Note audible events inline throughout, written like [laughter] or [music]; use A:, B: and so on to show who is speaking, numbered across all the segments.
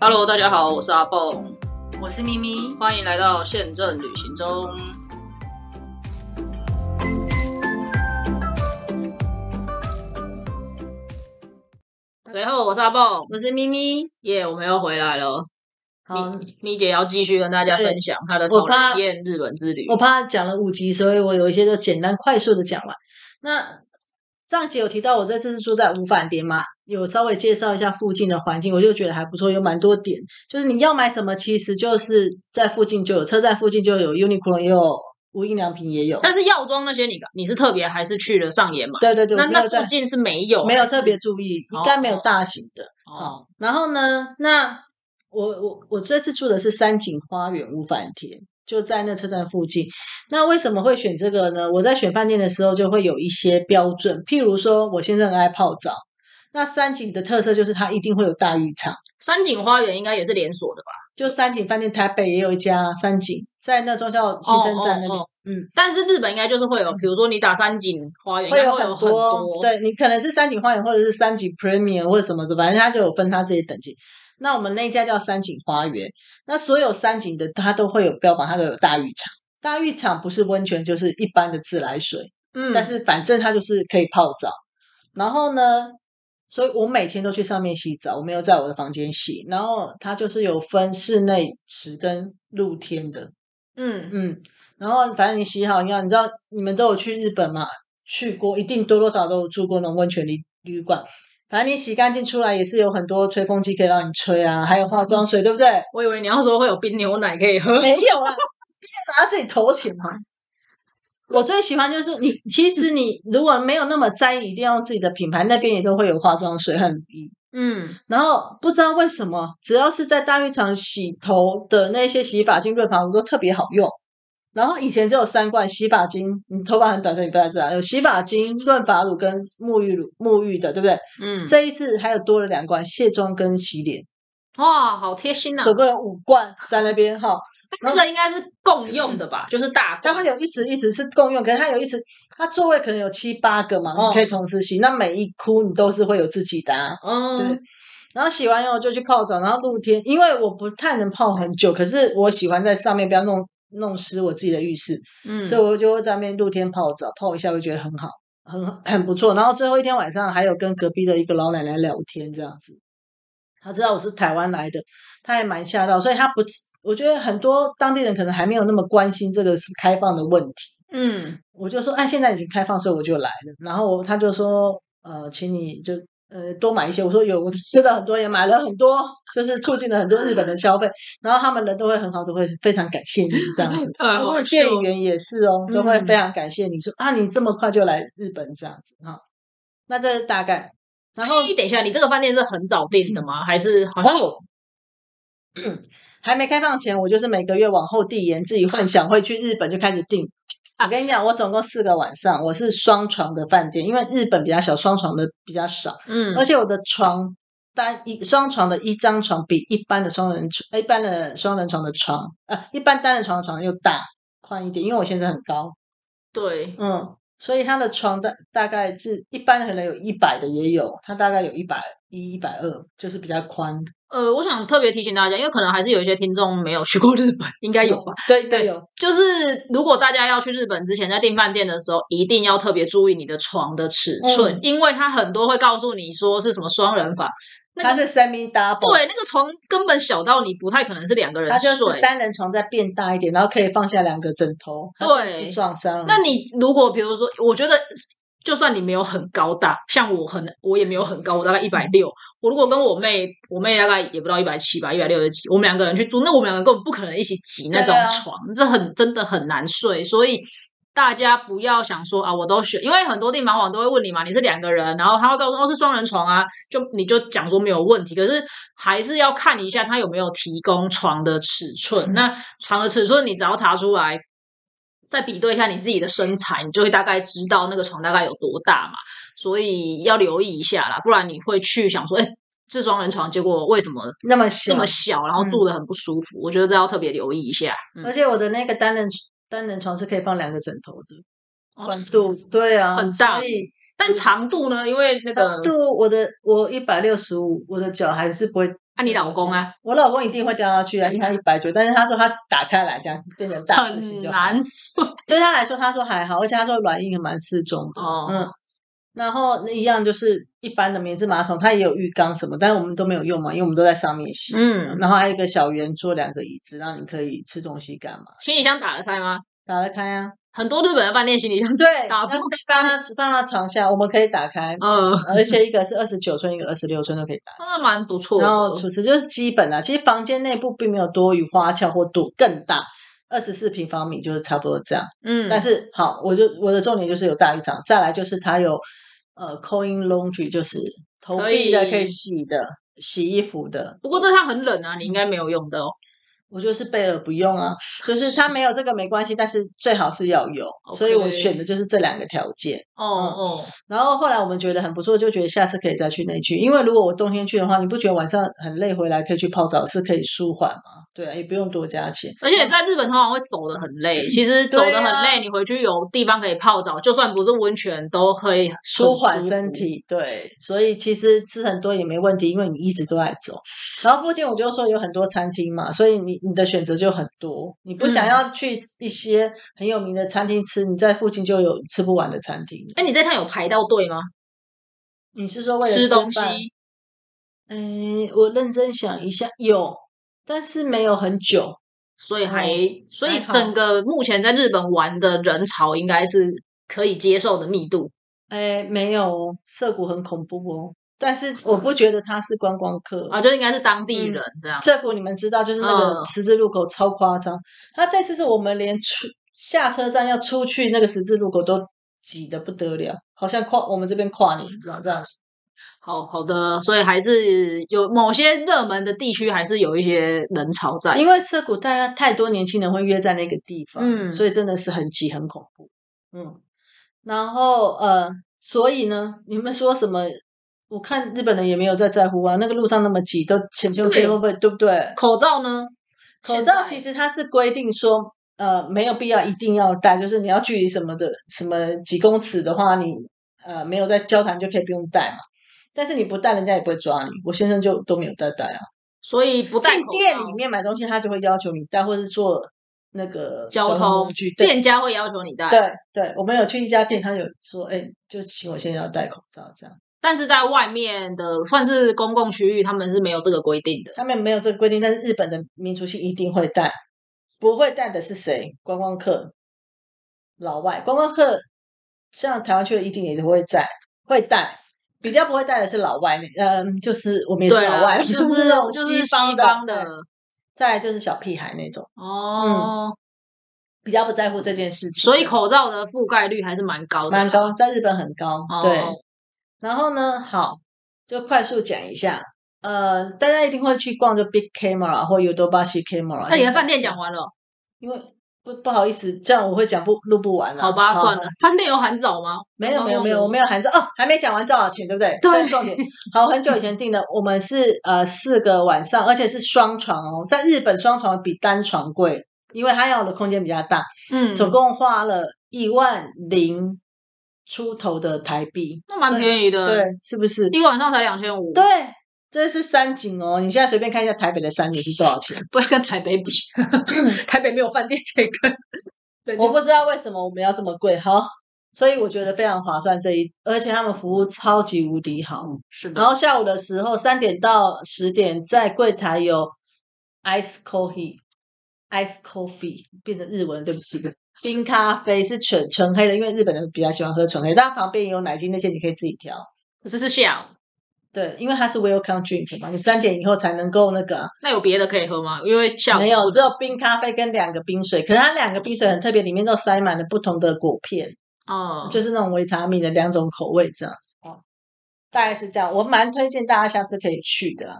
A: Hello，大家好，我是阿蹦，
B: 我是咪咪，
A: 欢迎来到宪政旅行中。大家好，我是阿蹦，
B: 我是咪咪。
A: 耶、我们又回来了。
B: 好，
A: 咪咪姐要继续跟大家
B: 对
A: 分享她的
B: 我
A: 讨
B: 怕
A: 厌日本之旅。
B: 我怕讲了五集，所以我有一些就简单快速的讲完。那上集有提到我这次是住在五反店嘛，有稍微介绍一下附近的环境，我就觉得还不错，有蛮多点，就是你要买什么，其实就是在附近就有，车站附近就有 Uniqlo，也有无印良品也有。
A: 但是药妆那些你你是特别还是去了上野买？
B: 对对对，
A: 那
B: 我没
A: 那
B: 有在
A: 附近是没有，啊
B: 没有
A: 还是
B: 特别注意，应
A: 哦
B: 该没有大型的。
A: 哦
B: 好，然后呢，那我我我这次住的是山景花园五反田，就在那车站附近。那为什么会选这个呢？我在选饭店的时候就会有一些标准，譬如说我先生很爱泡澡，那山景的特色就是它一定会有大浴场。
A: 山景花园应该也是连锁的吧？
B: 就山景饭店台北也有一家山景，在那中校新生站那里，
A: 哦哦哦
B: 嗯，
A: 但是日本应该就是会有，比如说你打山景花园，应
B: 会
A: 该
B: 有
A: 会
B: 很
A: 很多，
B: 对你可能是三井花园或者是三井 Premium 或者什么的，反正它就有分它这些等级。那我们那一家叫三井花园，那所有三井的它都会有标榜，它都有大浴场。大浴场不是温泉，就是一般的自来水，
A: 嗯，
B: 但是反正它就是可以泡澡。然后呢，所以我每天都去上面洗澡，我没有在我的房间洗。然后它就是有分室内池跟露天的，
A: 嗯，
B: 嗯，然后反正你洗好，你要你知道你们都有去日本嘛？去过，一定多多少少都有住过那种温泉旅旅馆。反正你洗干净出来也是有很多吹风机可以让你吹啊，还有化妆水，对不对？
A: 我以为你要说会有冰牛奶可以喝，
B: 没有啦， [laughs] 拿自己投钱嘛。我最喜欢就是你，其实你如果没有那么在意，一定要用自己的品牌，那边也都会有化妆水和乳液。
A: 嗯，
B: 然后不知道为什么，只要是在大浴场洗头的那些洗发精、润发乳都特别好用。然后以前只有三罐洗发精，你头发很短，所以你不太知道有洗发精、润发乳跟沐浴乳、沐浴的，对不对？
A: 嗯，
B: 这一次还有多了两罐卸妆跟洗脸，
A: 哇，好贴心呐、
B: 总共有五罐在那边哈。
A: 那个应该是共用的吧，就是大
B: 但它
A: 罐，
B: 有一直一直是共用，可是它有一直，它座位可能有七八个嘛，
A: 哦
B: 你可以同时洗。那每一窟你都是会有自己的、啊，对
A: 嗯，
B: 然后洗完以后就去泡澡，然后露天，因为我不太能泡很久，可是我喜欢在上面不要弄弄湿我自己的浴室，
A: 嗯，
B: 所以我就会在那边露天泡澡，泡一下我觉得很好，很很不错。然后最后一天晚上还有跟隔壁的一个老奶奶聊天这样子，她知道我是台湾来的，她也蛮吓到，所以她不，我觉得很多当地人可能还没有那么关心这个是开放的问题。
A: 嗯，
B: 我就说，哎、现在已经开放，所以我就来了。然后我他就说，呃，请你就呃多买一些。我说有，我吃了很多，也买了很多，就是促进了很多日本的消费。然后他们人都会很好，都会非常感谢你
A: [laughs]
B: 这样子。
A: 太
B: 包
A: 好
B: 括
A: 笑
B: 店员也是哦，都会
A: 嗯
B: 非常感谢你说、啊，你这么快就来日本这样子哈。那这是大概，然后
A: 哎等一下，你这个饭店是很早订的吗？还是好像
B: 哦，还没开放前，我就是每个月往后递延，自己幻想会去日本就开始订。我跟你讲，我总共四个晚上，我是双床的饭店，因为日本比较小，双床的比较少，
A: 嗯
B: 而且我的床单一双床的一张床比一般的双人床、一般的双人床的床，呃，一般单人床的床又大宽一点，因为我先生很高，
A: 对，
B: 嗯，所以他的床大大概是一般的可能有一百的也有，他大概有一百一、一百二，就是比较宽。
A: 呃，我想特别提醒大家，因为可能还是有一些听众没有去过日本，应该有吧。
B: 对对有，
A: 就是如果大家要去日本之前，在订饭店的时候，一定要特别注意你的床的尺寸，
B: 嗯
A: 因为它很多会告诉你说是什么双人房，那
B: 它
A: 个
B: 是 semi double，
A: 对那个床根本小到你不太可能是两个人
B: 它哦就是
A: 睡。
B: 单人床再变大一点，然后可以放下两个枕头，它
A: 对
B: 就是双双人。
A: 那你如果比如说，我觉得就算你没有很高大，像我很我也没有很高，我大概一百六。我如果跟我妹，我妹大概也不到一百七吧，一百六十几，我们两个人去住，那我们两个根本不可能一起挤那种
B: 对啊
A: 床，这很真的很难睡，所以。大家不要想说啊，我都选，因为很多订房网都会问你嘛，你是两个人，然后他会告诉哦是双人床啊，就你就讲说没有问题，可是还是要看一下他有没有提供床的尺
B: 嗯
A: 寸。那床的尺寸你只要查出来，再比对一下你自己的身材，你就会大概知道那个床大概有多大嘛。所以要留意一下啦，不然你会去想说，哎、是双人床，结果为什么
B: 那么小，
A: 这么小，嗯然后住的很不舒服？我觉得这要特别留意一下。嗯
B: 而且我的那个单人单人床是可以放两个枕头的，
A: 哦
B: 宽度对啊，
A: 很大
B: 所以
A: 但长度呢？因为那个
B: 长度我的我一百六十五，我的脚还是不会，
A: 哎那你老公啊，
B: 我老公一定会掉下去啊，因为他一百九，但是他说他打开来这样变成大字
A: 很
B: 形就好
A: 难睡。
B: 对他来说，他说还好，而且他说软硬也蛮适中的。
A: 哦
B: 嗯，然后那一样就是一般的免治马桶，它也有浴缸什么，但是我们都没有用嘛，因为我们都在上面洗。
A: 嗯，
B: 然后还有一个小圆桌，两个椅子，让你可以吃东西干嘛？
A: 行李箱打得开吗？
B: 打得开啊，
A: 很多日本的饭店行李箱是
B: 对，
A: 打不
B: 那可以放他放他床下，我们可以打开，
A: 呃，
B: 而且一个是二十九寸，一个二十六寸都可以打开。
A: 那蛮不错的。哦
B: 然后厨师就是基本啊，其实房间内部并没有多余花俏或多更大，二十四平方米就是差不多这样。
A: 嗯，
B: 但是好，我就我的重点就是有大浴场，再来就是它有呃 coin laundry，就是投
A: 可
B: 币的可
A: 以
B: 以洗的、洗衣服的。
A: 不过这趟很冷啊，你应该没有用的哦。
B: 我就是备了不
A: [laughs]
B: 用啊，就是它没有这个没关系，但是最好是要有
A: OK
B: 所以我选的就是这两个条件。
A: 哦哦，
B: 然后后来我们觉得很不错，就觉得下次可以再去那区，因为如果我冬天去的话，你不觉得晚上很累，回来可以去泡澡是可以舒缓吗？对啊，也不用多加钱。
A: 而且在日本通常会走得很累，其实
B: 啊
A: 走得很累，你回去有地方可以泡澡，就算不是温泉都可以很
B: 舒缓
A: 服
B: 身。体，对，所以其实吃很多也没问题，因为你一直都在走。然后附近我就说有很多餐厅嘛，所以你你的选择就很多。你不想
A: 嗯
B: 要去一些很有名的餐厅吃，你在附近就有吃不完的餐厅。
A: 哎，你这趟有排到队吗？
B: 你是说为了
A: 吃东
B: 饭？
A: 西？
B: 嗯，我认真想一下，有，但是没有很久。
A: 所以还
B: 哦
A: 所以
B: 还好
A: 整个目前在日本玩的人潮应该是可以接受的密度。
B: 哎，没有哦，涩谷很恐怖哦，但是我不觉得它是观光客
A: 啊，就应该是当地
B: 嗯
A: 人这样。
B: 这股你们知道，就是那
A: 嗯
B: 个十字路口超夸张。他这次是我们连出下车站要出去那个十字路口都挤得不得了，好像跨我们这边跨年这样这样子。
A: 好好的，所以还是有某些热门的地区还是有一些人潮在。
B: 因为涩谷大家太多年轻人会约在那个地方，
A: 嗯
B: 所以真的是很挤很恐怖。嗯，然后呃，所以呢，你们说什么？我看日本人也没有在在乎啊，那个路上那么挤，都前胸
A: 对
B: 贴后背，对不对？
A: 口罩呢？
B: 口
A: 现
B: 罩
A: 在
B: 其实它是规定说，呃，没有必要一定要戴，就是你要距离什么的什么几公尺的话，你呃没有在交谈就可以不用戴嘛。但是你不戴，人家也不会抓你。我先生就都没有在戴啊。
A: 所以不戴
B: 进
A: 口
B: 店
A: 罩
B: 里面买东西，他就会要求你戴，或是坐那个
A: 交
B: 通
A: 通
B: 工具。对
A: 店家会要求你戴，
B: 对对，我们有去一家店，他有说，哎、就请我先生要戴口罩这样。
A: 但是在外面的算是公共区域，他们是没有这个规定的。
B: 他们没有这个规定，但是日本的民族性一定会带。不会带的是谁？观光客、老外、观光客，像台湾去的一定也都会在，会带。比较不会带的是老外，嗯、就是我们也是
A: 对
B: 老
A: 啊，
B: 外，
A: 就是
B: 那种
A: 就是
B: 方的。
A: 方
B: 对再来就是小屁孩那种，嗯
A: 哦，
B: 比较不在乎这件事情，
A: 所以口罩的覆盖率还是蛮高的，
B: 蛮高，在日本很高。
A: 哦。
B: 对，然后呢，好，就快速讲一下。呃，大家一定会去逛就 Big Camera 或 Yodobashi Camera。
A: 那你的饭店讲完了，
B: 因为不不好意思，这样我会讲不录不完了、
A: 好吧，算了。饭店有含早吗？
B: 没有没有没有，我没
A: 有。
B: 有含照哦，还没讲完照好钱对不对？
A: 对
B: 这是重点。好，很久以前订的，我们是呃四个晚上，而且是双床哦，在日本双床比单床贵，因为它要的空间比较大，
A: 嗯，
B: 总共花了一万零出头的台币，
A: 那蛮便宜的，，
B: 对，是不是？
A: 一个晚上才两千五，
B: 对，这是三景哦，你现在随便看一下台北的三景是多少钱？
A: 不要跟台北
B: [laughs]
A: 比，台北没有饭店可以跟。对
B: 我不知道为什么我们要这么贵，好，所以我觉得非常划算这一，而且他们服务超级无敌好。
A: 是
B: 然
A: 的，
B: 后下午的时候三点到十点，在柜台有 ice coffee。ice coffee 变成日文，对不起，冰咖啡是纯纯黑的，因为日本人比较喜欢喝纯黑，但它旁边也有奶精那些，你可以自己调。
A: 可是是下午，
B: 对，因为它是 welcome drink 嘛，你三点以后才能够那个啊、
A: 那有别的可以喝吗？因为下午
B: 没有，只有冰咖啡跟两个冰水，可是它两个冰水很特别，里面都塞满了不同的果片。
A: 哦，
B: 就是那种维他命的两种口味这样子哦，大概是这样。我蛮推荐大家下次可以去的啦，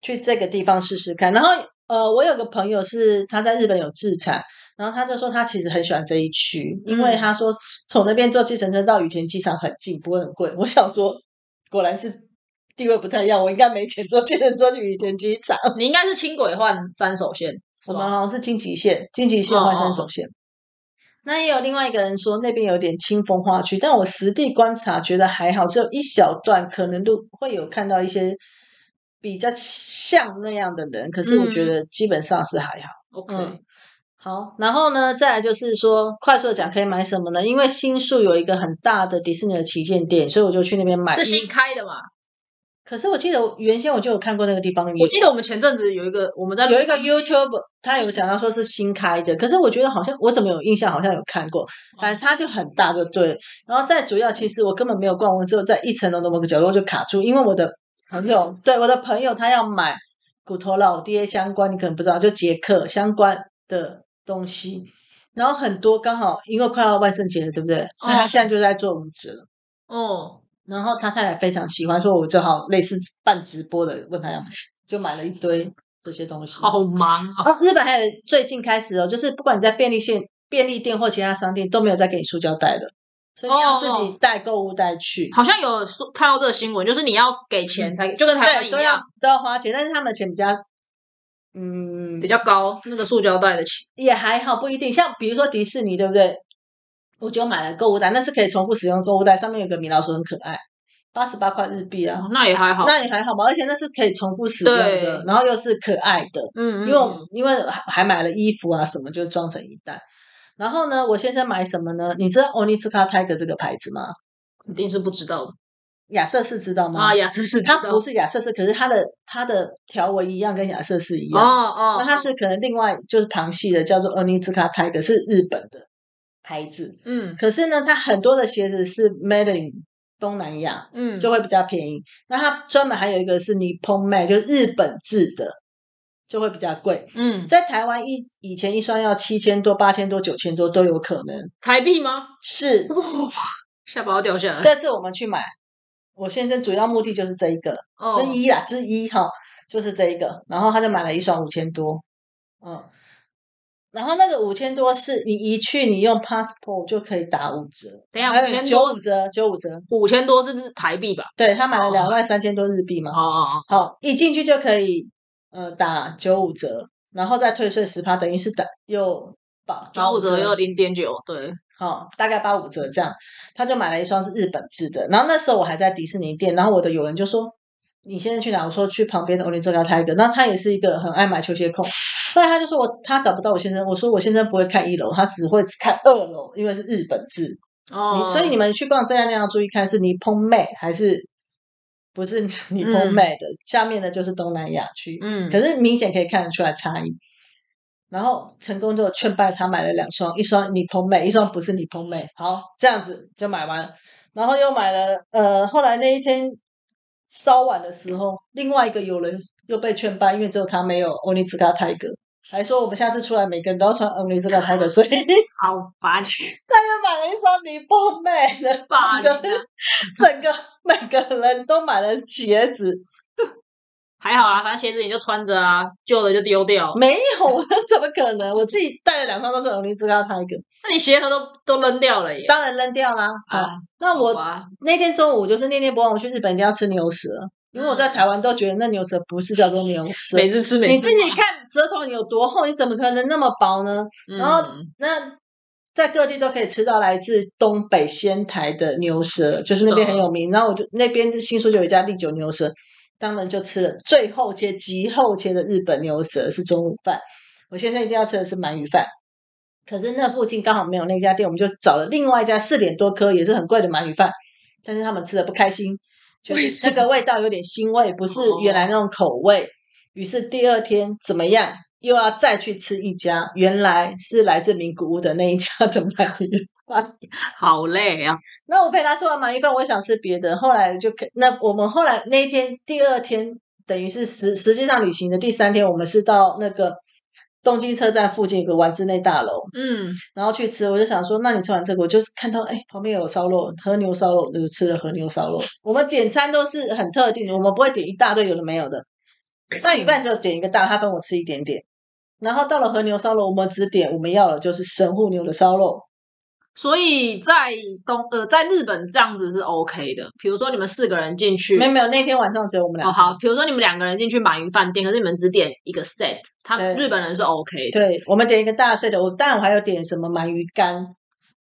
B: 去这个地方试试看。然后呃，我有个朋友是他在日本有自产，然后他就说他其实很喜欢这一区，因为
A: 嗯
B: 他说从那边坐计程车到羽田机场很近，不会很贵。我想说，果然是地位不太一样，我应该没钱坐计程车去羽田机场。
A: 你应该是轻轨换三手线，是
B: 我们
A: 吗？
B: 好像是嗯荆棘线，荆棘线换三手线。那也有另外一个人说那边有点清风化区，但我实地观察觉得还好，只有一小段可能路会有看到一些比较像那样的人，可是我觉
A: 嗯
B: 得基本上是还好。
A: OK，、
B: 嗯好，然后呢，再来就是说，快速的讲可以买什么呢？因为新宿有一个很大的迪士尼的旗舰店，所以我就去那边买。
A: 是新开的嘛？
B: 嗯可是我记得我原先我就有看过那个地方，
A: 我记得我们前阵子有一个我们在
B: [laughs] 有一个 YouTube，他有讲到说是新开的，可是我觉得好像我怎么有印象，好像有看过，反正它就很大，就对了。然后再主要，其实我根本没有逛，我只有在一层楼的某个角落就卡住，因为我的朋友，对我的朋友，他要买骨头老爹相关，你可能不知道，就捷克相关的东西。然后很多刚好因为快要万圣节了，对不对？所以他现在就在做五折了。
A: 哦，
B: 然后他太太非常喜欢，说我正好类似办直播的，问他要买，就买了一堆这些东西。
A: 好忙啊！
B: 哦，日本还有最近开始哦，就是不管你在便利线、便利店或其他商店都没有再给你塑胶袋了，所以你要自己带购物袋去。
A: 哦好像有说看到这个新闻，就是你要给钱才就跟台湾
B: 嗯对，
A: 一
B: 都要
A: 样，
B: 都要花钱，但是他们的钱比较，嗯，
A: 比较高那个塑胶袋的钱。
B: 也还好，不一定。像比如说迪士尼，对不对？我就买了购物袋，那是可以重复使用购物袋，上面有个米老鼠，很可爱，八十八块日币啊
A: 哦，那也还好。
B: 那也还好吧。而且那是可以重复使用的
A: 对，
B: 然后又是可爱的，
A: 嗯，嗯
B: 因
A: 嗯
B: 为我因为还还买了衣服啊什么，就装成一袋。然后呢，我先生买什么呢？你知道 Onitsuka Tiger 这个牌子吗？
A: 肯定是不知道的
B: 亚瑟士知道吗？
A: 啊，雅思是知
B: 它
A: 道。
B: 不是亚瑟士，可是它的它的条纹一样，跟亚瑟士一
A: 哦
B: 样。
A: 哦，
B: 那它是可能另外就是旁系的，叫做 Onitsuka Tiger，是日本的牌子。
A: 嗯
B: 可是呢，它很多的鞋子是 made in 东南亚，
A: 嗯，
B: 就会比较便宜。那它专门还有一个是 Nippon Made，就是日本制的，就会比较贵。
A: 嗯
B: 在台湾一以前一双要七千多、八千多、九千多都有可能。
A: 台币吗？
B: 是，
A: 下巴要掉下来。
B: 这次我们去买，我先生主要目的就是这一个、
A: 哦
B: 之一啦，之一哈，就是这一个。然后他就买了一双五千多，嗯，然后那个五千多是你一去你用 Passport 就可以打五折，
A: 等一下
B: 呃
A: 5000
B: 九
A: 多
B: 五折，九五折。
A: 五千多是台币吧？
B: 对他买了
A: 哦
B: 两万三千多日币嘛，
A: 哦哦哦，
B: 好，一进去就可以呃打九五折，然后再退税十趴，等于是打又保
A: 九五折
B: 95
A: 又零点九，对，
B: 好、哦大概八五折这样，他就买了一双是日本制的。然后那时候我还在迪士尼店，然后我的友人就说：“你现在去哪？”我说：“去旁边的 Onitsuka Tiger。”那他也是一个很爱买球鞋控，后来他就说我他找不到我先生，我说我先生不会看一楼，他只会看二楼，因为是日本制。
A: 哦
B: 你，所以你们去逛这家店要注意看是尼蓬妹还是不是尼蓬妹的，下面的就是东南亚区，
A: 嗯
B: 可是明显可以看得出来差异。然后成功就劝败他买了两双，一双尼蓬妹，一双不是尼蓬妹。好，这样子就买完了，然后又买了呃，后来那一天稍晚的时候，另外一个友人又被劝败，因为只有他没有欧尼兹卡泰格。还说我们下次出来每个人都要穿欧尼兹卡泰格，所以 [laughs]
A: 好烦，
B: 他又买了一双尼蓬妹的
A: 霸凌啊
B: 整个每个人都买了鞋子，
A: 还好啊，反正鞋子你就穿着啊，旧的就丢掉，
B: 没有， [laughs] 我怎么可能？我自己带了两双都是欧尼兹卡拍的，
A: 那你鞋盒都都扔掉了耶。
B: 当然扔掉啦。
A: 啊
B: 啊，那
A: 好
B: 我
A: 吧
B: 那天中午就是念念不忘我去日本一定要吃牛舌，因为我在台湾都觉得那牛舌不是叫做牛舌。
A: 每次吃每
B: 你
A: 次
B: 自己看舌头你有多厚，你怎么可能那么薄呢？
A: 嗯
B: 然后那在各地都可以吃到来自东北仙台的牛舌，就是那边
A: 嗯
B: 很有名。然后我就那边新宿就有一家利久牛舌，当然就吃了最后切、极后切的日本牛舌是中午饭。我先生一定要吃的是鳗鱼饭，可是那附近刚好没有那家店，我们就找了另外一家四点多颗也是很贵的鳗鱼饭，但是他们吃的不开心，就
A: 为
B: 是
A: 什
B: 那个味道有点腥味，不是
A: 哦
B: 原来那种口味。于是第二天怎么样？又要再去吃一家，原来是来自名古屋的那一家 [laughs] 的鳗鱼饭。
A: 好累啊，
B: 那我陪他吃完鳗鱼饭，我也想吃别的。后来就可那我们后来那一天第二天，等于是实实际上旅行的第三天，我们是到那个东京车站附近有个丸之内大楼，
A: 嗯，
B: 然后去吃，我就想说，那你吃完这个，我就是看到哎、旁边有烧肉，和牛烧肉，就吃了和牛烧肉。我们点餐都是很特定，的，我们不会点一大堆有的没有的。那鱼饭只有点一个大，他分我吃一点点。然后到了和牛烧肉，我们只点我们要的就是神户牛的烧肉，
A: 所以在东呃在日本这样子是 OK 的，比如说你们四个人进去
B: 没。有没有，那天晚上只有我们俩。
A: 哦，好，比如说你们两个人进去鳗鱼饭店，可是你们只点一个 set，他
B: 对
A: 日本人是 OK 的，
B: 对，我们点一个大 set，的我当然我还有点什么鳗鱼干，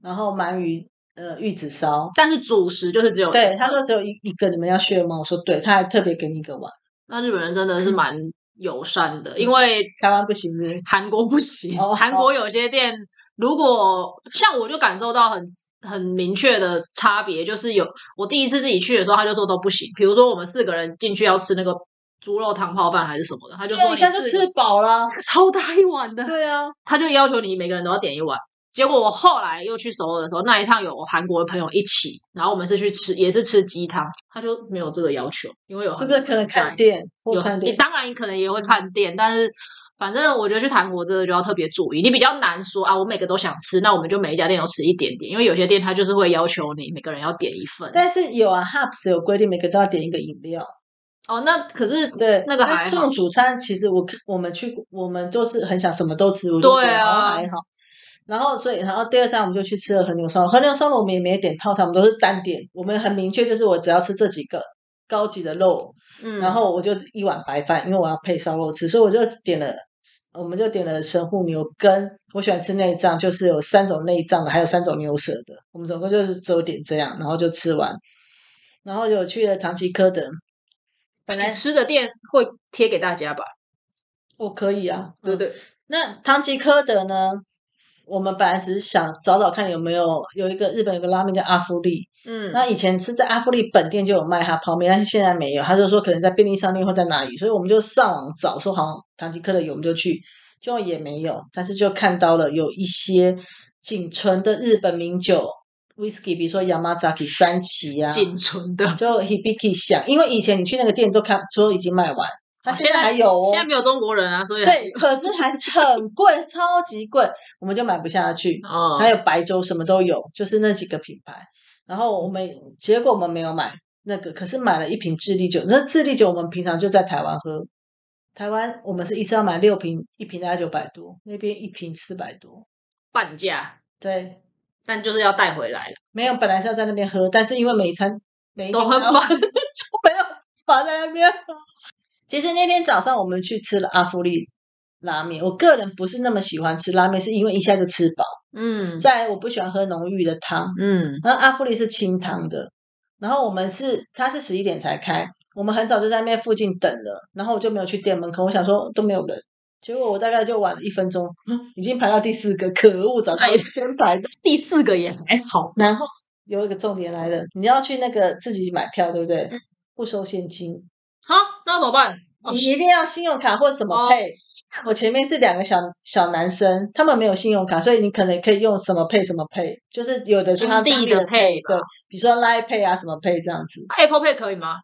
B: 然后鳗鱼呃玉子烧。
A: 但是主食就是只有
B: 对，他说只有一一个，你们要 share 吗？我说对，他还特别给你一个碗。
A: 那日本人真的是蛮友善的，因为
B: 台湾不行是不是
A: 韩国不行，
B: 哦
A: 韩国有些店如果像我就感受到很很明确的差别，就是有我第一次自己去的时候，他就说都不行。比如说我们四个人进去要吃那个猪肉汤泡饭还是什么的，他就
B: 对啊
A: 说
B: 你
A: 你
B: 下次
A: 四个
B: 吃饱了。
A: 超大一碗的，
B: [laughs] 对啊，
A: [laughs] 他就要求你每个人都要点一碗。结果我后来又去首尔的时候，那一趟有韩国的朋友一起，然后我们是去吃，也是吃鸡汤，他就没有这个要求，因为有
B: 是
A: 韩
B: 不是可能看店或
A: 有
B: 看
A: 你
B: 店？
A: 当然你可能也会看店，但是反正我觉得去韩国真的就要特别注意，你比较难说啊，我每个都想吃，那我们就每一家店都吃一点点，因为有些店它就是会要求你每个人要点一份。
B: 但是有啊，Hubs 有规定每个都要点一个饮料。
A: 哦，那可是
B: 对，
A: 那个
B: 所以
A: 还
B: 这
A: 好
B: 种主餐，其实我我们去，我们都是很想什么都吃，我就
A: 对
B: 觉得好像
A: 啊
B: 还好。然后，所以，然后第二餐我们就去吃了和牛烧肉。和牛烧肉我们也没点套餐，我们都是单点。我们很明确，就是我只要吃这几个高级的肉，
A: 嗯，
B: 然后我就一碗白饭，因为我要配烧肉吃，所以我就点了，我们就点了神户牛跟我喜欢吃内脏，就是有三种内脏的，还有三种牛舌的。我们总共就是只有点这样，然后就吃完。然后有去了唐吉诃德，本嗯
A: 你吃的店会贴给大家吧？
B: 我可以啊，
A: 对对，
B: 那唐吉诃德呢？我们本来只是想找找看有没有有一个日本有个拉面叫阿芙丽，
A: 嗯，
B: 那以前是在阿芙丽本店就有卖它泡面，但是现在没有，他就说可能在便利商店或在哪里，所以我们就上网找，说好像唐吉诃德有，我们就去，就也没有，但是就看到了有一些仅存的日本名酒 whisky，比如说 Yamazaki 三崎呀、啊，
A: 仅存的。
B: 就 Hibiki 想，因为以前你去那个店都看说已经卖完，它现在还有哦，
A: 现在没有中国人啊，所以
B: [laughs] 对，可是还是很贵，超级贵，我们就买不下去。
A: 哦，
B: 还有白粥，什么都有，就是那几个品牌。然后我们结果我们没有买那个，可是买了一瓶智利酒。那智利酒我们平常就在台湾喝，台湾我们是一次要买六瓶，一瓶大概九百多，那边一瓶四百多。
A: 半价，
B: 对，
A: 但就是要带回来了，
B: 没有，本来是要在那边喝，但是因为每一餐每一
A: 都
B: 天
A: 很
B: 要
A: 满。
B: [laughs] 没有法在那边喝。其实那天早上我们去吃了阿芙丽拉面，我个人不是那么喜欢吃拉面，是因为一下就吃饱。
A: 嗯
B: [laughs] 再来我不喜欢喝浓郁的汤，
A: 嗯，
B: 然后阿芙丽是清汤的，然后我们是它是十一点才开，我们很早就在那边附近等了，然后我就没有去店门口，我想说都没有人。结果我大概就晚了一分钟， [laughs] 已经排到第四个，可恶！早上
A: 哎呀
B: 先排到。
A: 第四个也还好，
B: 然后有一个重点来了，你要去那个自己买票，对不对？不收现金，
A: 哈，那怎么办？嗯哦
B: 你一定要信用卡或什么配。我前面是两个小小男生，他们没有信用卡，所以你可能可以用什么配什么配，就是有的是他们当
A: 当地
B: 的
A: 的配吧
B: 对，比如说 Line Pay 啊什么配这样子。
A: Apple Pay 可以吗？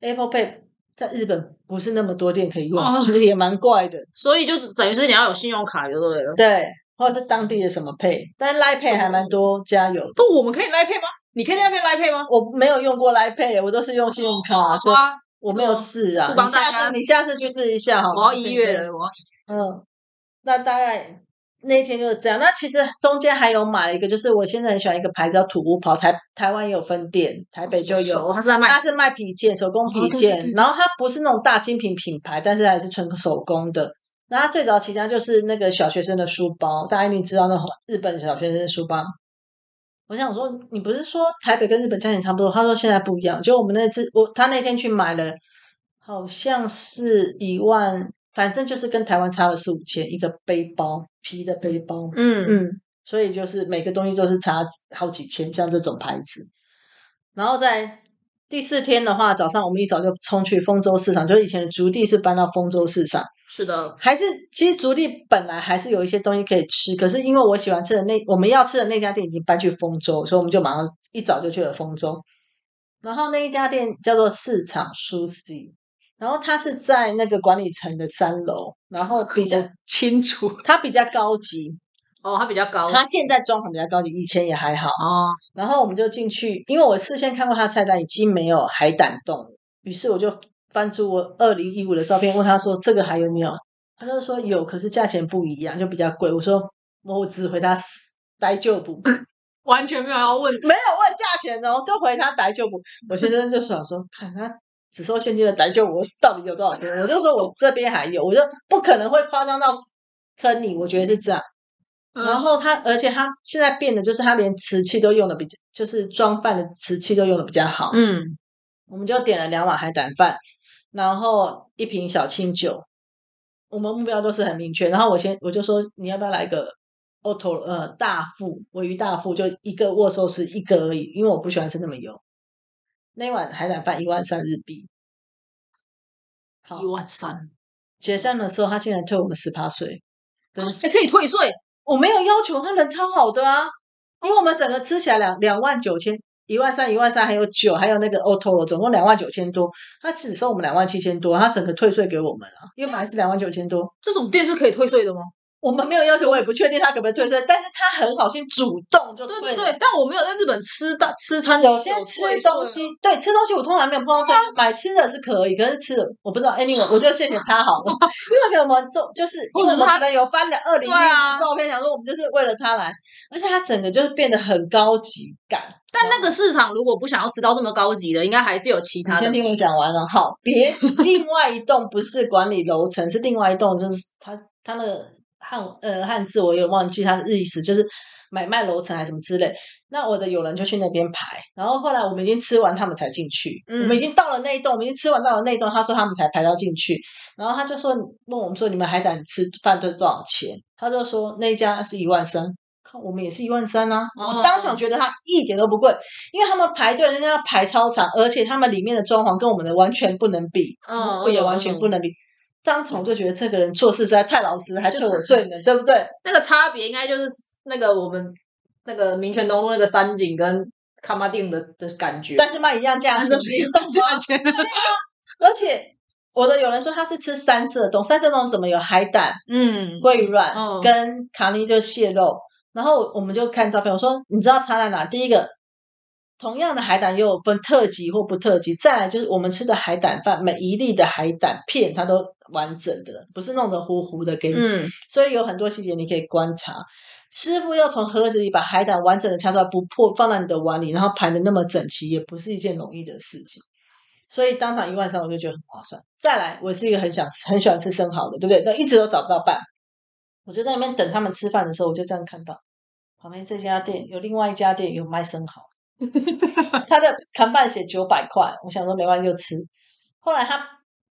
B: Apple Pay 在日本不是那么多店可以用，
A: 哦
B: 其实也蛮
A: [laughs]
B: 怪的。
A: 所以就等于是你要有信用卡就对了。
B: 对，或者是当地的什么配，但是 Line Pay 还蛮多家有的。
A: 不，我们可以来配吗？你可以在那边来配吗？
B: 我没有用过 Line Pay，我都是用信用卡，所以
A: 啊，
B: 我没有试啊。
A: 不
B: 你
A: 帮大
B: 下
A: 家
B: 次你下次去试一下好吗？
A: 我要一月了，我要
B: 嗯，那大概那一天就是这样。那其实中间还有买了一个，就是我现在很喜欢一个牌子叫土屋袍，台台湾也有分店，台北就有。
A: 他是在卖
B: 它是卖皮件，手工皮
A: 哦对对
B: 件，
A: 对
B: 然后它不是那种大精品品牌，但是还是纯手工的。然后它最早期间就是那个小学生的书包，大家一定知道那种日本小学生的书包。我想说，你不是说台北跟日本价钱差不多？他说现在不一样。就我们那次，我他那天去买了，好像是一万，反正就是跟台湾差了四五千一个背包，皮的背包。
A: 嗯
B: 嗯，所以就是每个东西都是差好几千，像这种牌子。然后在第四天的话，早上我们一早就冲去丰州市场，就是以前的竹地是搬到丰州市场，
A: 是的，
B: 还是其实竹地本来还是有一些东西可以吃，可是因为我喜欢吃的那我们要吃的那家店已经搬去丰州，所以我们就马上一早就去了丰州。然后那一家店叫做市场舒适，然后它是在那个管理层的三楼，然后比
A: [laughs]
B: 较
A: 清楚
B: 它比较高级，
A: 哦，它比较高
B: 它现在装潢比较高级，以前也还好。
A: 哦，
B: 然后我们就进去，因为我事先看过他菜单，已经没有海胆冻了，于是我就翻出我二零一五的照片，问他说：“这个还有没有？”他就说：“有，可是价钱不一样，就比较贵。”我说：“我只回他白就补， [laughs]
A: 完全没有要问。
B: 没有问价钱哦，就回他白就补。”我先生就想说：“看他只收现金的白就补到底有多少钱？”我就说：“我这边还有，我就不可能会夸张到坑你，我觉得是这样。”
A: 嗯
B: 然后它，而且它现在变的就是它连瓷器都用的比较，就是装饭的瓷器都用的比较好。
A: 嗯
B: 我们就点了两碗海胆饭，然后一瓶小清酒。我们目标都是很明确，然后我先我就说你要不要来个 o t o 呃大腹尾鱼大腹，就一个握寿司一个而已，因为我不喜欢吃那么油。那碗海胆饭一万三日币，好
A: 一，万三，
B: 结账的时候他竟然退我们十八税，人
A: 还哎可以退税，
B: 我没有要求，他人超好的啊，因为我们整个吃起来两两万九千，一万三，一万三，还有酒，还有那个 o t o 总共两万九千多，他只收我们两万七千多，他整个退税给我们啊，因为本来是两万九千多，
A: 这种店是可以退税的吗？
B: 我们没有要求，我也不确定他可不可以退税，但是他很好心主动就
A: 对
B: 退
A: 对
B: 了。
A: 对，但我没有在日本吃大吃餐，
B: 有些吃东西，对吃东西我通常没有碰到退，买吃的是可以，可是吃的我不知道。Anyway，我就谢谢他好 [laughs] 了，因为我们就就是因为我们可能有翻了二零一
A: 对啊
B: 的照片，想说我们就是为了他来，而且他整个就是变得很高级感。
A: 但那个市场如果不想要吃到这么高级的，应该还是有其
B: 你
A: 他的
B: 先。听我讲完了，好，别另外一栋不是管理楼层，是另外一栋，就是他他的汉呃汉字我也忘记他的意思，就是买卖楼层还是什么之类。那我的友人就去那边排，然后后来我们已经吃完，他们才进去。
A: 嗯
B: 我们已经到了那一栋，我们已经吃完到了那一栋，他说他们才排到进去。然后他就说问我们说你们海胆吃饭都多少钱？他就说那一家是一万三。看我们也是一万三啊！
A: 哦
B: 我当场觉得它一点都不贵，因为他们排队，人家要排超长，而且他们里面的装潢跟我们的完全不能比，哦
A: 嗯
B: 我也完全不能比。当场我就觉得这个人做事实在太老实，还退我税呢，对不对？
A: 那个差别应该就是那个我们那个民权东路那个山景跟卡马定的的感觉，
B: 但是卖一
A: [laughs]
B: 样价
A: 但
B: 钱，
A: 啊是没有价钱。
B: 而且我的有人说他是吃三色冻，三色冻是什么有海胆、
A: [laughs] 嗯，
B: 桂软、
A: 嗯
B: 跟卡尼就蟹肉，然后我们就看照片，我说你知道差在哪？第一个，同样的海胆又有分特级或不特级，再来就是我们吃的海胆饭，每一粒的海胆片它都完整的，不是弄得糊糊的给你，
A: 嗯，
B: 所以有很多细节你可以观察。师傅要从盒子里把海胆完整的掐出来，不破放到你的碗里，然后排的那么整齐，也不是一件容易的事情。所以当场一万三，我就觉得很划算。再来，我是一个很想吃、很喜欢吃生蚝的，对不对？但一直都找不到伴。我就在那边等他们吃饭的时候，我就这样看到旁边这家店有另外一家店有卖生蚝，他的看板写九百块，我想说没关系就吃。后来他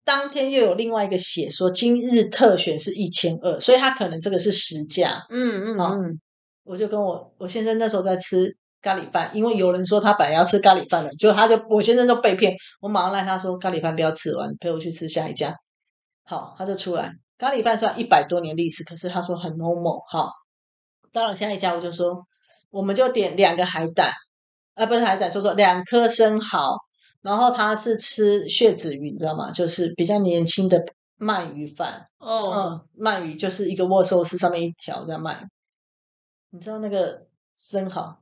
B: 当天又有另外一个写说今日特选是一千二，所以他可能这个是实价。
A: 嗯嗯
B: 好
A: 嗯，
B: 我就跟我我先生那时候在吃咖喱饭，因为有人说他本来要吃咖喱饭的，结果他就我先生就被骗，我马上让他说咖喱饭不要吃完，陪我去吃下一家。好，他就出来，咖喱饭虽然一百多年历史，可是他说很 normal。好，到了下一家我就说，我们就点两个海胆，啊，不是海胆，说说两颗生蚝，然后他是吃血子鱼，你知道吗？就是比较年轻的鳗鱼饭。
A: 哦，
B: 嗯，鳗鱼就是一个握寿司上面一条在卖。你知道那个生蚝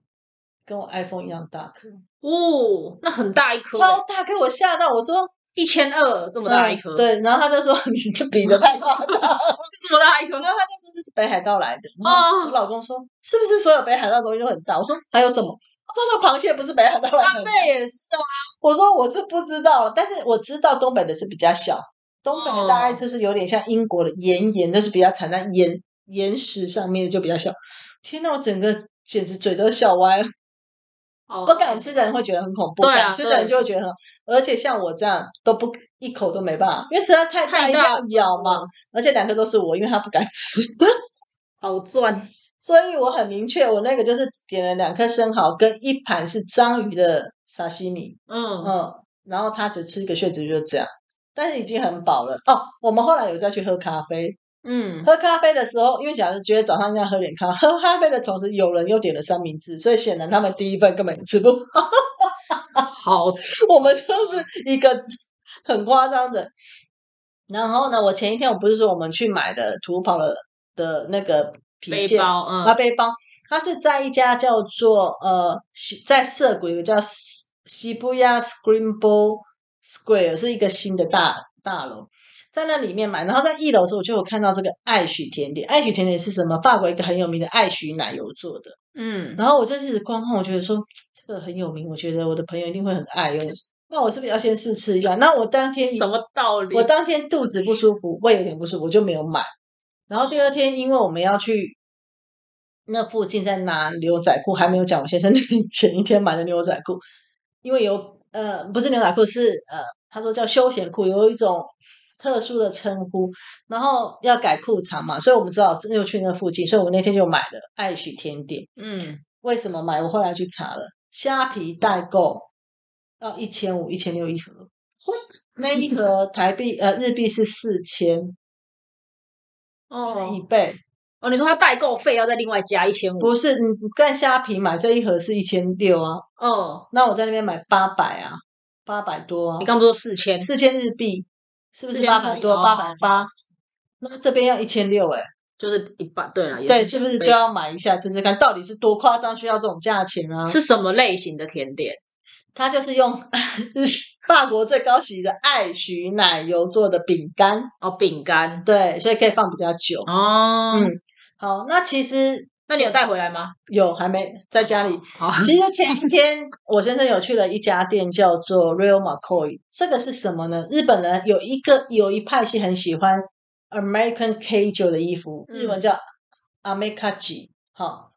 B: 跟我 iPhone 一样大颗，
A: 哦，那很大一颗欸，
B: 超大颗，我吓到我说
A: 一千二这么大一颗，
B: 嗯，对，然后他就说 [laughs] 你这比的太夸
A: [laughs]
B: 张了，
A: 这么大一颗 [laughs]
B: 然，后他就说这是北海道来的。然
A: 哦
B: 后我老公说是不是所有北海道东西都很大？我说还有什么？他说那个螃蟹不是北海道来
A: 干
B: 的吗
A: 贝。也是啊，
B: 我说我是不知道，但是我知道东北的是比较小，东北的大
A: 哦
B: 概就是有点像英国的岩岩，就是比较产在岩岩石上面的就比较小。天呐，我整个简直嘴都笑歪了。
A: 哦
B: 不敢吃的人会觉得很恐怖，
A: 对啊
B: 敢吃的人
A: 对
B: 就会觉得很，而且像我这样都不一口都没办法，因为实在太
A: 太
B: 一定
A: 大
B: 要咬嘛。而且两个都是我，因为他不敢吃。 [laughs]
A: 好赚，
B: 所以我很明确，我那个就是点了两颗生蚝跟一盘是章鱼的沙西米，
A: 嗯，
B: 嗯，然后他只吃一个血子鱼就这样，但是已经很饱了哦。我们后来有再去喝咖啡，
A: 嗯，
B: 喝咖啡的时候，因为想着觉得早上要喝点咖，喝咖啡的同时，有人又点了三明治，所以显然他们第一份根本也吃不饱，
A: 好，
B: [laughs] 我们就是一个很夸张的。然后呢，我前一天我不是说我们去买的土跑的的那个皮
A: 背
B: 件，
A: 包，
B: 啊，
A: 嗯，
B: 背包，它是在一家叫做呃西在涩谷有个叫西西布亚 Scrimble Square 是一个新的大大楼，在那里面买。然后在一楼的时候，我就有看到这个爱许甜点。爱许甜点是什么？法国一个很有名的爱许奶油做的。
A: 嗯，
B: 然后我就一直观看，我觉得说这个很有名，我觉得我的朋友一定会很爱用。那我是不是要先试吃一下？那我当天
A: 什么道理
B: 我？当天肚子不舒服，胃有点不舒服，我就没有买。然后第二天，因为我们要去那附近在拿牛仔裤，还没有讲我 [laughs] 先生那前一天买的牛仔裤，因为有呃不是牛仔裤是呃他说叫休闲裤，有一种特殊的称呼，然后要改裤长嘛，所以我们只好又去那附近，所以我那天就买了爱许甜点。
A: 嗯，
B: 为什么买？我后来去查了，虾皮代购要一千五、一千六一盒那一盒台币呃日币是四千，一
A: 哦
B: 倍。
A: 哦，你说它代购费要再另外加一千五？
B: 不是你你在虾皮买这一盒是一千六啊，
A: 哦，
B: 那我在那边买八百啊，八百多啊
A: 你，刚不是说四千？
B: 四千日币是不是
A: 4000
B: 八百多？
A: 哦
B: 八百八，那这边要一千六哎，
A: 就是一半，对了，也
B: 对，是不是
A: 两倍
B: 就要买一下试试看，到底是多夸张需要这种价钱啊？
A: 是什么类型的甜点？
B: 它就是用 [laughs] 法国最高级的爱许奶油做的饼干，
A: 哦，饼干
B: 对，所以可以放比较久。
A: 哦，
B: 嗯好，那其实
A: 那你有带回来吗？
B: 有还没在家里
A: 好，
B: 其实前一天我先生有去了一家店，叫做 Real McCoy。这个是什么呢？日本人有一个有一派系很喜欢 American K 九的衣服，
A: 嗯
B: 日文叫 Amekaji。好，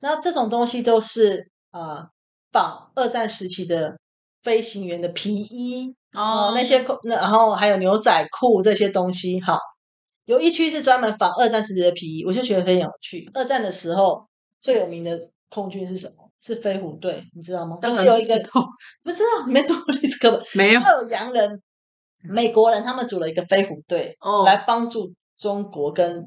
B: 那这种东西都是呃仿二战时期的飞行员的皮衣哦、那些扣那然后还有牛仔裤这些东西。好，有一区是专门仿二战时期的皮衣，我就觉得非常有趣。二战的时候最有名的空军是什么？是飞虎队，你知道吗？就
A: 当
B: 是
A: 然
B: 有一
A: 不
B: 个
A: 知道
B: 不知道你没读过历史课本，
A: 没有
B: 还有洋人、美国人，他们组了一个飞虎队、
A: 哦
B: 来帮助中国跟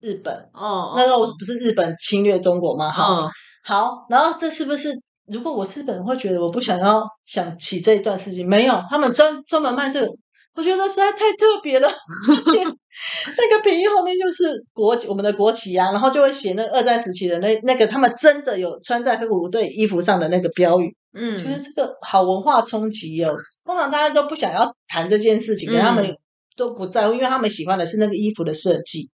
B: 日本。
A: 哦，
B: 那时候不是日本侵略中国吗？哈、
A: 哦
B: 好，然后这是不是？如果我是日本人，会觉得我不想要想起这一段事情。没有，他们专专门卖这个，我觉得实在太特别了。而且那个皮衣后面就是国旗，我们的国旗啊，然后就会写那个二战时期的那那个他们真的有穿在飞虎队衣服上的那个标语。觉得
A: 嗯，
B: 这个好文化冲击哦。通常大家都不想要谈这件事情，可是他们
A: 嗯
B: 都不在乎，因为他们喜欢的是那个衣服的设计。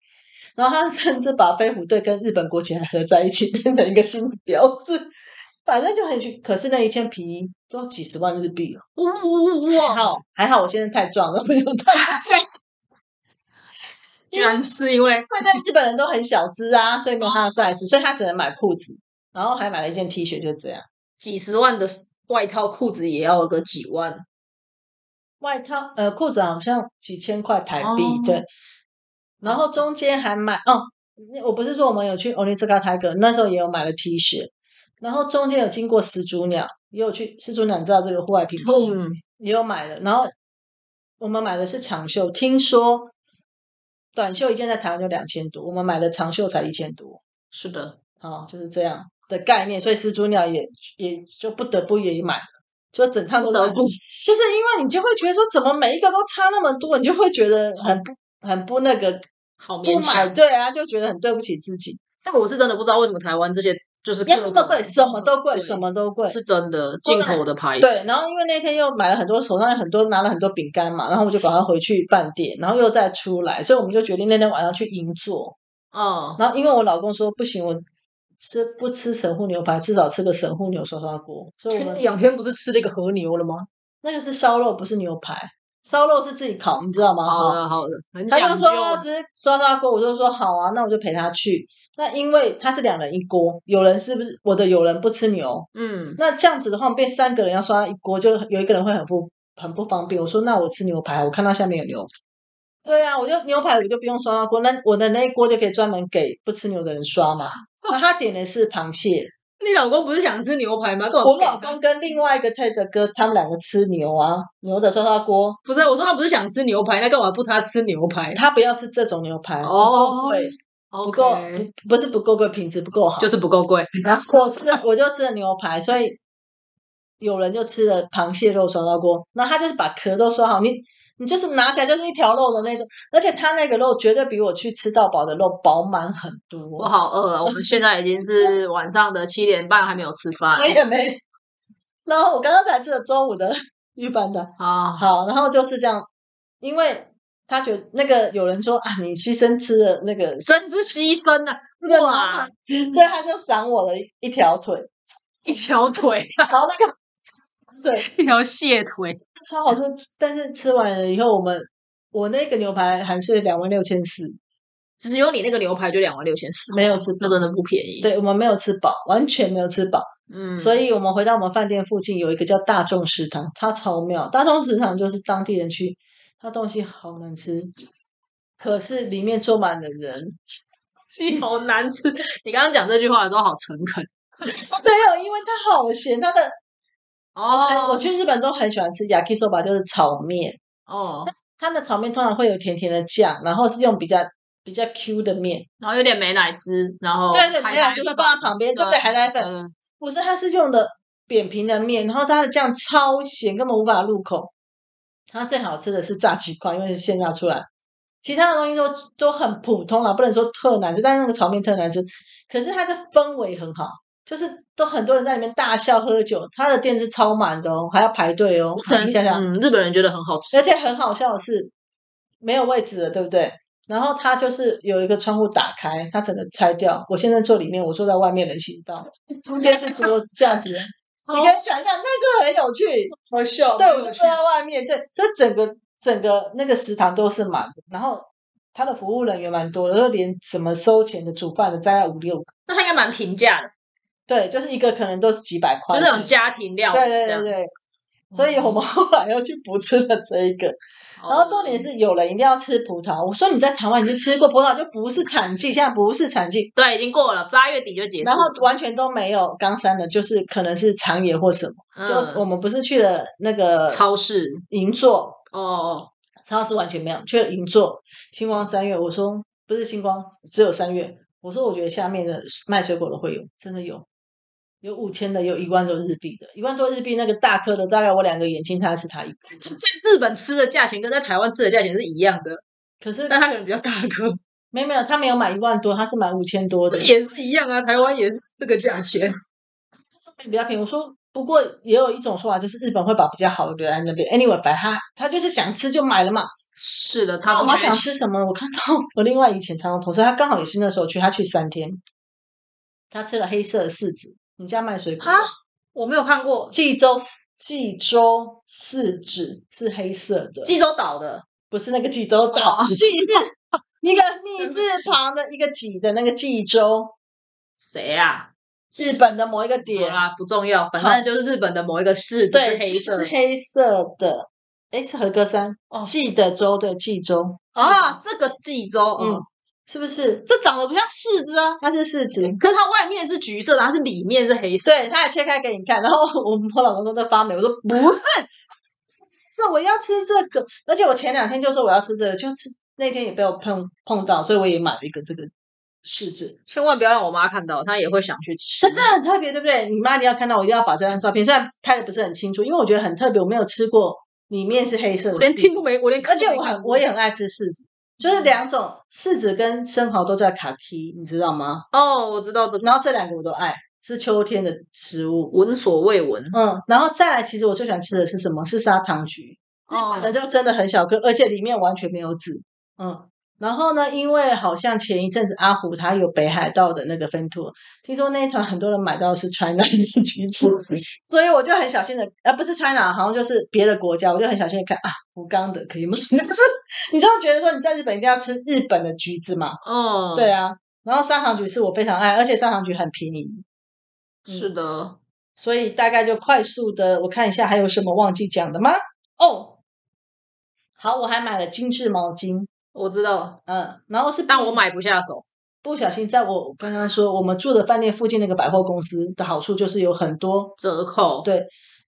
B: 然后他甚至把飞虎队跟日本国旗还合在一起，变成一个新的标志。反正就很有趣，可是那一件皮衣都要几十万日币了。哦
A: 呜呜呜
B: 还好还好，我现在太壮了，没有太
A: 居然是因为
B: 因为在日本人都很小只啊，所以没有他的 size，所以他只能买裤子，然后还买了一件 T 恤，就这样。
A: 几十万的外套、裤子也要有个几万，
B: 外套呃裤子好像几千块台币，
A: 哦
B: 对。然后中间还买哦，那我不是说我们有去 Onitsuka Tiger，那时候也有买了 T 恤，然后中间有经过始祖鸟，也有去始祖鸟，你知道这个户外品牌、
A: 嗯，
B: 也有买了。然后我们买的是长袖，听说短袖一件在台湾就两千多，我们买的长袖才一千多，
A: 是的，
B: 哦，就是这样的概念。所以始祖鸟也也就不得不也买了，就整套都
A: 不得
B: 买
A: 不
B: 就是因为你就会觉得说，怎么每一个都差那么多，你就会觉得很不很不那个
A: 好
B: 不
A: 勉
B: 买，
A: 强。
B: 对啊，就觉得很对不起自己。
A: 但我是真的不知道为什么台湾这些就是
B: 要
A: 各
B: 那么
A: 种
B: 贵，什么都贵，
A: 对
B: 什么都贵。
A: 是真的进口的牌子，
B: 对，然后因为那天又买了很多，手上有很多拿了很多饼干嘛，然后我就赶快回去饭店，然后又再出来，所以我们就决定那天晚上去银座。
A: 嗯，
B: 然后因为我老公说不行，我吃不吃神户牛排，至少吃个神户牛涮涮锅，所以我们
A: 两天不是吃了一个和牛了吗？
B: 那个是烧肉，不是牛排，烧肉是自己烤，你知道吗？
A: 好
B: 哈
A: 的好的，很
B: 他
A: 讲
B: 就
A: 究啊
B: 说要吃酸辣锅，我就说好啊，那我就陪他去。那因为他是两人一锅，有人是不是我的友人不吃牛？
A: 嗯
B: 那这样子的话，变三个人要刷一锅，就有一个人会很不很不方便。我说那我吃牛排，我看到下面有牛。对啊，我就牛排我就不用刷那锅，那我的那一锅就可以专门给不吃牛的人
A: [laughs]
B: 刷嘛。那他点的是螃蟹，
A: 你老公不是想吃牛排吗？跟
B: 我老公跟另外一个 Ted 哥他们两个吃牛啊，牛的刷刷锅，
A: 不是，我说他不是想吃牛排，那干嘛不他吃牛排？
B: 他不要吃这种牛排，不够
A: 哦
B: 贵，
A: 不
B: 不够不不是不够贵，品质不够好，
A: 就是不够贵。
B: 然后我吃了，我就吃了牛排，所以有人就吃了螃蟹肉涮烧锅。那他就是把壳都刷好，你你就是拿起来就是一条肉的那种，而且他那个肉绝对比我去吃到饱的肉饱满很
A: 我
B: 多。
A: 好饿啊！我们现在已经是晚上的七点半，还没有吃饭
B: 我。也没。然后我刚刚才吃了中午的玉班的，
A: 啊，
B: 好，然后就是这样，因为他觉得那个有人说啊，你牺牲吃了那个
A: 真是牺牲啊！
B: 这个牛
A: 哇
B: 排，所以他就赏我了一一条腿，
A: 一条腿， [laughs]
B: 然后那个 [laughs] 对。
A: 一条蟹腿，
B: 超好吃，但是吃完了以后，我们我那个牛排含税两万六千四，
A: 只有你那个牛排就两万六千四，
B: 没有吃饱
A: 那，真的不便宜。，
B: 对我们没有吃饱，完全没有吃饱。
A: 嗯，
B: 所以我们回到我们饭店附近有一个叫大众食堂，它超妙。大众食堂就是当地人去，它东西好难吃，可是里面坐满了人。 [laughs]
A: 鸡好难吃。你刚刚讲这句话的时候好诚恳
B: 没有，因为它好咸，它的、哎
A: 哦
B: 我去日本都很喜欢吃 yakisoba，就是炒面。
A: 哦，
B: 它的炒面通常会有甜甜的酱，然后是用比较比较 Q 的面，
A: 然后有点美乃滋，然后
B: 对对，
A: 海
B: 没有
A: 苔
B: 就
A: 粉
B: 会放在旁边，就
A: 对
B: 给海苔粉。
A: 嗯，
B: 不是，它是用的扁平的面，然后它的酱超咸，根本无法入口。它最好吃的是炸鸡块，因为是现炸出来，其他的东西都都很普通啦，不能说特难吃，但是那个炒面特难吃。可是它的氛围很好，就是都很多人在里面大笑喝酒，它的店是超满的哦，还要排队哦，
A: 可能
B: 一下下。
A: 嗯，日本人觉得很好吃
B: 而且很好笑的是，没有位置了，对不对？然后他就是有一个窗户打开，他整个拆掉。我现在坐里面，我坐在外面人行道，中间是桌子这样子。你可以想象，那时候很有趣。
A: [laughs] 好笑
B: 对，我就坐在外面，对，所以整个整个那个食堂都是满的，然后他的服务人员蛮多的，然后连什么收钱的、煮饭的，大概五六个。
A: 那它应该蛮平价的，
B: 对，就是一个可能都是几百块
A: 就
B: 钱，
A: 那种家庭料理
B: 对对
A: 这样嗯
B: 对。对。所以我们后来又去补吃了这一个，
A: 然
B: 然后重点是有人一定要吃葡萄。我说你在台湾已经吃过葡萄，就不是产季，现在不是产季，
A: 对，已经过了八月底就结束了，
B: 然后完全都没有冈山的，就是可能是长野或什么。就我
A: 嗯、
B: 们不是去了那个
A: 超市
B: 银座，
A: 哦哦，
B: 超市完全没有，去了银座星光三月。我说不是星光，只有三月。我说我觉得下面的卖水果的会有，真的有，有五千的，有一万多日币的，一万多日币那个大颗的，大概我两个眼睛差是它一个，
A: 在日本吃的价钱跟在台湾吃的价钱是一样的，
B: 可是
A: 但它可能比较大颗，
B: 没有没有，他没有买一万多，他是买五千多的，
A: 也是一样啊，台湾也是这个价钱。
B: 比较便宜。我说，不过也有一种说法，就是日本会把比较好的留在那边。Anyway，反正他他就是想吃就买了嘛。
A: 是的，
B: 那
A: 他
B: 啊我
A: 不
B: 妈
A: 缺
B: 想
A: 钱
B: 吃什么？我看到我另外以前常常同事，他刚好也是那时候去，他去三天，他吃了黑色的柿子，你家卖水果的
A: 啊，我没有看过
B: 济州济州柿子是黑色的，
A: 济州岛的，
B: 不是那个济州岛，
A: 哦
B: 济是一个密
A: 对不
B: 字
A: 起
B: 旁的一个几的那个济州，
A: 谁啊？
B: 日本的某一个
A: 好
B: 点。
A: 啦，不重要，反
B: 好
A: 正就是日本的某一个市，只是
B: 对，
A: 黑色
B: 是黑色的，哎，是和歌山
A: 哦
B: 济的州对济州，
A: 啊，这个济州，
B: 嗯
A: 嗯，，
B: 是不是？
A: 这长得不像柿子啊，
B: 它是柿子，
A: 可是它外面是橘色的，它是里面是黑色的，
B: 对，他也切开给你看。然后我我老公说在发霉，我说不是，是我要吃这个，而且我前两天就说我要吃这个，就吃那天也被我碰碰到，所以我也买了一个这个柿子。
A: 千万不要让我妈看到，她也会想去吃
B: 这。真的很特别，对不对？你妈你要看到，我一定要把这张照片，虽然拍的不是很清楚，因为我觉得很特别，我没有吃过，里面是黑色的
A: 我连
B: 柿
A: 听
B: 子
A: 都没，我连看
B: 而
A: 都
B: 且
A: 没
B: 我
A: 看
B: 很
A: 过
B: 我也很爱吃柿子，就是两种柿子跟生蚝都叫卡其，你知道吗？
A: 哦，我知道这个
B: 然后这两个我都爱，是秋天的食物。
A: 闻所未闻。
B: 嗯，然后再来，其实我最喜欢吃的是什么？是砂糖橘，
A: 哦
B: 那就真的很小颗，而且里面完全没有籽。嗯，然后呢，因为好像前一阵子阿虎他有北海道的那个分拓，听说那一团很多人买到的是 China 的橘子， [laughs] 所以我就很小心的，呃，不是 China，好像就是别的国家，我就很小心的看啊，福冈的可以吗？ [laughs] 就是你就会觉得说你在日本一定要吃日本的橘子嘛，
A: 哦，
B: 对，啊。然后砂糖橘是我非常爱，而且砂糖橘很便宜，
A: 是的。
B: 所以大概就快速的我看一下还有什么忘记讲的吗？哦，好，我还买了精致毛巾，
A: 我知道了，
B: 嗯，然后是
A: 但
B: 不
A: 我买不下手。
B: 不小心在我刚刚说我们住的饭店附近那个百货公司的好处就是有很多
A: 折扣，
B: 对。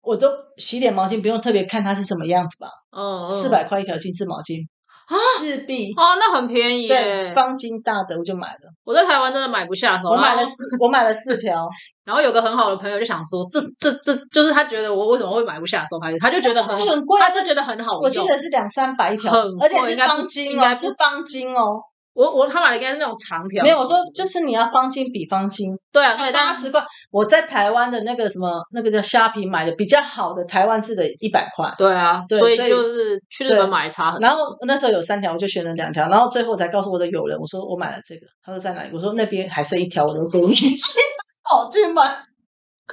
B: 我都洗脸毛巾不用特别看它是什么样子吧，
A: 嗯，嗯，
B: 四百块一条精致毛巾
A: 啊，
B: 日币，
A: 哦，那很便宜
B: 对，
A: 耶。
B: 方巾大的我就买了，
A: 我在台湾真的买不下手，
B: 我
A: 然
B: 买
A: 后
B: 了四，我买了四条，
A: 然后有个很好的朋友就想说，这这这就是他觉得我为什么会买不下手，还是他 [laughs] 就觉得很
B: 真的很贵
A: 他就觉得很好
B: 我记
A: 用。
B: 得是两三百一条，
A: 很
B: 而且
A: 贵
B: 是
A: 应该不
B: 方巾
A: 应该
B: 哦，
A: 不
B: 是
A: 止
B: 方巾哦，
A: 我我他买的应该是那种长条，
B: 没有，我说就是你要方巾比方巾，
A: 对啊对，
B: 八
A: 但是
B: 十块。我在台湾的那个什么那个叫虾皮买的比较好的台湾制的，一百块。
A: 对啊，
B: 对
A: 所以
B: 所以
A: 就是去日
B: 对
A: 本买差很多。
B: 然后那时候有三条，我就选了两条，然后最后我才告诉我的友人，我说我买了这个，他说在哪里？我说那边还剩一条，我就说你去跑去买。 [laughs]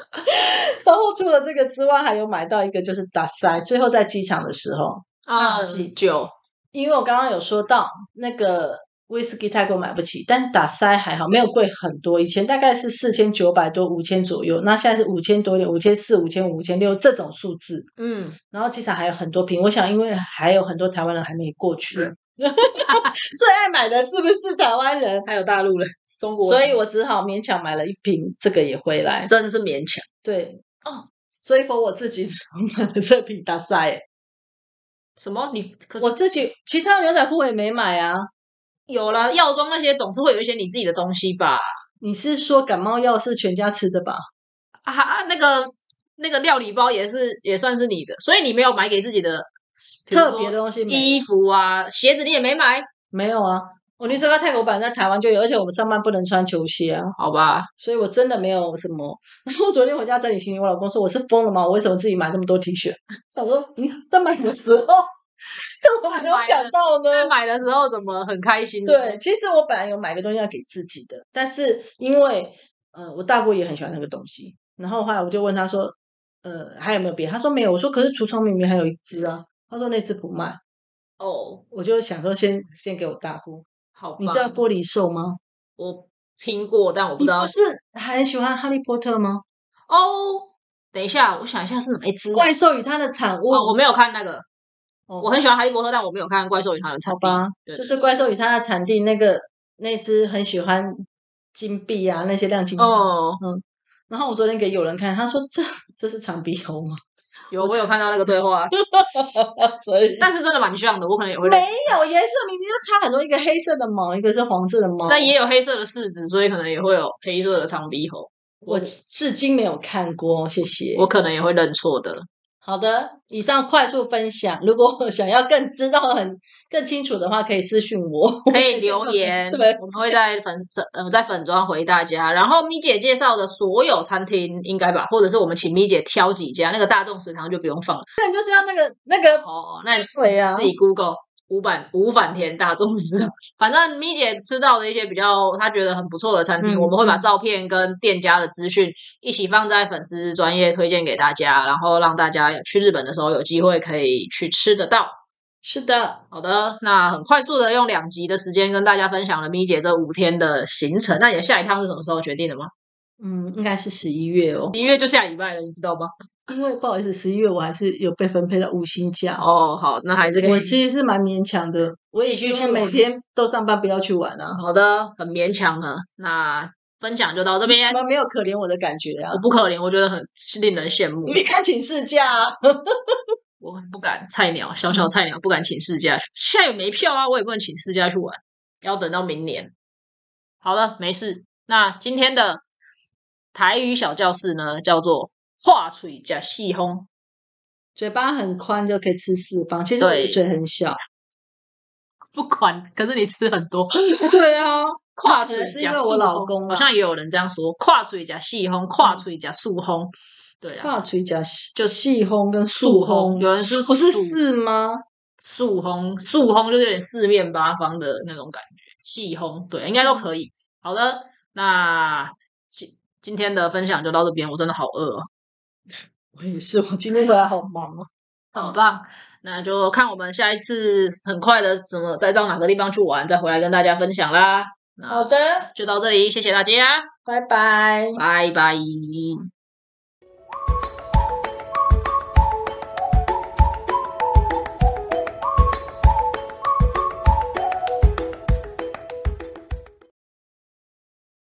B: 然后除了这个之外，还有买到一个就是打塞，最后在机场的时候，
A: 啊
B: 忘记
A: 酒
B: 因为我刚刚有说到那个威士忌太贵买不起，但打塞还好，没有贵很多。以前大概是四千九百多、五千左右，那现在是五千多一点，五千四、五千五、五千六这种数字。
A: 嗯，
B: 然后机场还有很多瓶，我想因为还有很多台湾人还没过去，
A: 是
B: [laughs] 最爱买的是不是台湾人？
A: 还有大陆人，中国
B: 所
A: 人，
B: 以我只好勉强买了一瓶这个也回来。
A: 真的是勉强。
B: 对哦，所以说我自己只买了这瓶大塞。
A: 什么？你可是
B: 我自己其他牛仔裤我也没买啊。
A: 有啦，药妆那些总是会有一些你自己的东西吧？
B: 你是说感冒药是全家吃的吧？
A: 啊，啊那个那个料理包也是也算是你的，所以你没有买给自己的比如
B: 特别
A: 说
B: 的东西没
A: 衣服啊、鞋子，你也没买，
B: 没有啊？我那时候泰国版在台湾就有，而且我们上班不能穿球鞋啊，
A: 好吧？
B: 所以我真的没有什么。 [laughs] 然后昨天回家整理行李，我老公说我是疯了吗？我为什么自己买那么多 T 恤？ [laughs] 想说嗯，在买的时候， [laughs] 这我没有想到呢。
A: 在买的时候怎么很开心？
B: 对，，其实我本来有买个东西要给自己的，但是因为呃，我大姑也很喜欢那个东西，然后后来我就问她说，呃，还有没有别的？她说没有。我说可是橱窗明明还有一只啊。她说那只不卖，
A: 哦，
B: 我就想说先先给我大姑。
A: 好
B: 你知道
A: 吧，
B: 玻璃兽吗？
A: 我听过，但我不
B: 你
A: 知道
B: 不。是很喜欢哈利波特吗？
A: 哦，等一下，我想一下是哪一只啊？
B: 怪兽与它的产物，
A: 哦，我没有看那个，
B: 哦
A: 我很喜欢哈利波特，但我没有看《怪兽与他的产
B: 好
A: 地》。
B: 吧，
A: 对
B: 就是怪兽与它的产地那个那只很喜欢金币啊那些亮晶晶。
A: 哦，
B: 然后我昨天给友人看，他说这这是长鼻
A: [laughs]
B: 猴吗？
A: 有我有看到那个对话，
B: 所以
A: [laughs] 但是真的蛮像的，我可能也会认
B: 嗯没有颜色明明就差很多，一个黑色的毛，一个是黄色的毛。
A: 但也有黑色的柿子，所以可能也会有黑色的长鼻猴，
B: 我至今没有看过，谢谢。
A: 我可能也会认错的。
B: 好的，以上快速分享。如果想要更知道很更清楚的话，可以私信我， [laughs]
A: 可以留言，
B: 对
A: 我们会在粉粉呃在粉砖回大家。然后咪姐介绍的所有餐厅应该吧，或者是我们请咪姐挑几家，那个大众食堂就不用放了。
B: 那你就是要那个那个
A: 哦，那你
B: 对啊
A: 自己 Google 五反五反田大众食堂，反正咪姐吃到的一些比较她觉得很不错的餐厅，
B: 嗯
A: 我们会把照片跟店家的资讯一起放在粉丝专业推荐给大家，然后让大家去日本的时候有机会可以去吃得到。
B: 是的，
A: 好的，那很快速的用两集的时间跟大家分享了咪姐这五天的行程。那你的下一趟是什么时候决定的吗？
B: 嗯，应该是十一月哦，
A: 一月就下礼拜了，你知道吗？
B: 因为不好意思，十一月我还是有被分配到五星假哦。
A: 哦，好，那还是可
B: 我
A: 以。
B: 其实是蛮勉强的，我也
A: 继
B: 希
A: 续去
B: 望每
A: 玩
B: 天都上班，不要去玩啊。
A: 好的，很勉强了。那分享就到这边
B: 怎，么没有可怜我的感觉啊
A: 我？不可怜，我觉得很令人羡慕。
B: 你看请事假啊。 [laughs]
A: 我很不敢菜鸟，小小菜鸟不敢请事假去，现在也没票啊，我也不能请事假去玩，要等到明年。好了，没事。那今天的台语小教室呢，叫做画嘴加细烘。
B: 嘴巴很宽就可以吃四方，其实我的
A: 对
B: 嘴很小。
A: 不管，可是你吃很
B: [laughs]
A: 多。
B: 对啊，
A: 跨
B: 可
A: 嘴
B: 能是因
A: 加
B: 为
A: 速
B: 我老
A: 烘
B: 公
A: 好
B: 啊
A: 像也有人这样说，跨嘴加细烘，跨嘴加速烘。对啊，
B: 大嘴夹细
A: 就
B: 细烘跟
A: 速
B: 素
A: 烘
B: 烘，
A: 有人说
B: 不是
A: 速
B: 四吗？ [laughs]
A: 速烘，速烘就是有点四面八方的那种感觉，细烘对，应该都可以。好的，那今今天的分享就到这边，我真的好饿哦，
B: 我也是，我今天回来好忙哦。
A: 很棒。那就看我们下一次很快的怎么再到哪个地方去玩，再回来跟大家分享啦。那
B: 的，
A: 就到这里，谢谢大家，
B: 拜拜。
A: 拜拜。